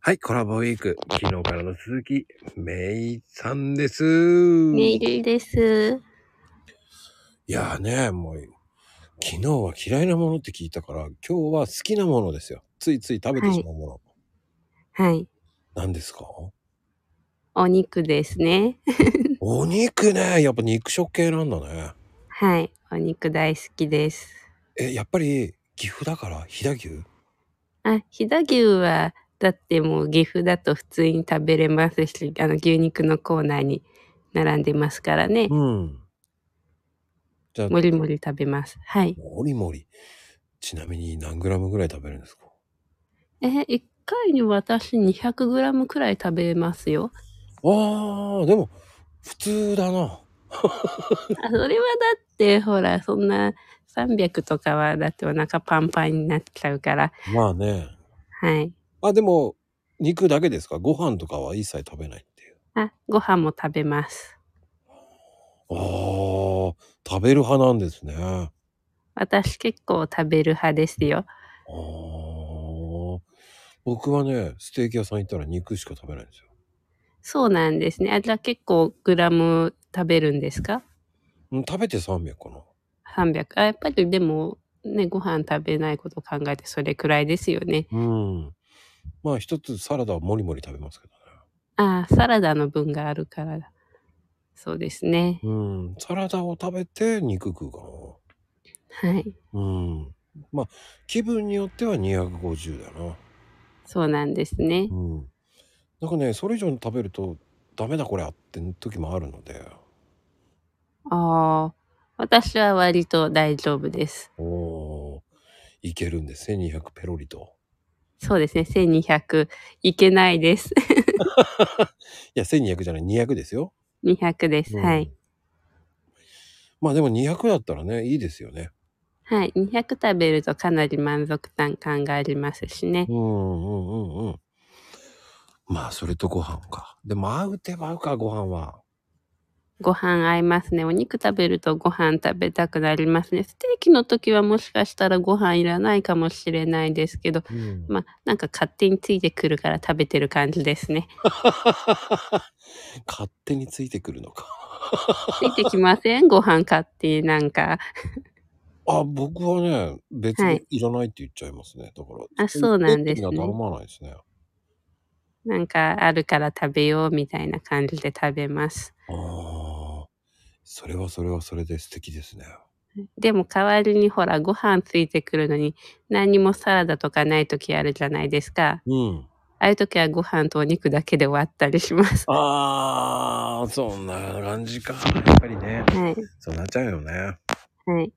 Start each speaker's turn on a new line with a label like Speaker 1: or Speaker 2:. Speaker 1: はい、コラボウィーク。昨日からの続き、メイさんです。メ
Speaker 2: メイリーです。
Speaker 1: いやーね、もう、昨日は嫌いなものって聞いたから、今日は好きなものですよ。ついつい食べてしまうもの。
Speaker 2: はい。
Speaker 1: 何ですか
Speaker 2: お肉ですね。
Speaker 1: お肉ね、やっぱ肉食系なんだね。
Speaker 2: はい。お肉大好きです。
Speaker 1: え、やっぱり岐阜だから飛騨牛
Speaker 2: あ、飛騨牛は、だってもう岐阜だと普通に食べれますし、あの牛肉のコーナーに並んでますからね。
Speaker 1: うん。じゃあ、
Speaker 2: も
Speaker 1: も
Speaker 2: りもり食べます。はい。
Speaker 1: りもり。ちなみに何グラムぐらい食べるんですか
Speaker 2: えー、1回に私 200g くらい食べますよ。
Speaker 1: あー、でも、普通だな。
Speaker 2: あ、それはだって、ほら、そんな300とかは、だってお腹パンパンになっちゃうから。
Speaker 1: まあね。
Speaker 2: はい。
Speaker 1: あ、でも、肉だけですかご飯とかは一切食べないっていう。
Speaker 2: あ、ご飯も食べます。
Speaker 1: あー、食べる派なんですね。あ
Speaker 2: 私結構食べる派ですよ。
Speaker 1: ー。僕はね、ステーキ屋さん行ったら肉しか食べないんですよ。
Speaker 2: そうなんですね。あじゃあ結構グラム食べるんですか
Speaker 1: うん食べて300かな。
Speaker 2: ?300。あ、やっぱりでも、ね、ご飯食べないことを考えてそれくらいですよね。
Speaker 1: うん。まあ一つサラダはもりもり食べますけどね。
Speaker 2: ああ、サラダの分があるからだ。そうですね。
Speaker 1: うん。サラダを食べて肉食うか
Speaker 2: はい。
Speaker 1: な。うん。まあ気分によっては250だよな。
Speaker 2: そうなんですね
Speaker 1: う。ん。なんかね、それ以上に食べるとダメだこれって時もあるので。
Speaker 2: ああ、私は割と大丈夫です。
Speaker 1: おおー。いけるんですね、200ペロリと。
Speaker 2: そうですね。1200いけないです。
Speaker 1: い や、1200じゃない、200ですよ。
Speaker 2: 200です。
Speaker 1: うん
Speaker 2: はい。。
Speaker 1: まあでも200だったらね、いいですよね。
Speaker 2: はい。200食べるとかなり満足感感がありますしね
Speaker 1: う。んうんうんうん。まあ、それとご飯か。でも、合う手は合うか、ご飯は。
Speaker 2: ご飯合いますね。お肉食べるとご飯食べたくなりますね。ステーキの時はもしかしたらご飯いらないかもしれないですけど、
Speaker 1: うん
Speaker 2: まあなんか勝手についてくるから食べてる感じですね。
Speaker 1: 勝手についてくるのか。
Speaker 2: ついてきませんご飯勝手になんか。
Speaker 1: あ、僕はね、別
Speaker 2: は
Speaker 1: に
Speaker 2: い
Speaker 1: いらないって言っちゃいますね。だから。
Speaker 2: あそうなんですね
Speaker 1: ね。頼まないですね。
Speaker 2: なんかあるから食べようみたいな感じで食べます。
Speaker 1: ああ。それはそれはそれで素敵ですね。
Speaker 2: でも代わりにほらご飯ついてくるのに何もサラダとかない時あるじゃないですか。
Speaker 1: うん。
Speaker 2: ああいう時はご飯とお肉だけで終わったりします。 は
Speaker 1: ああ、そんな感じか。やっぱりね。
Speaker 2: い。
Speaker 1: そうなっちゃうよね。
Speaker 2: はい。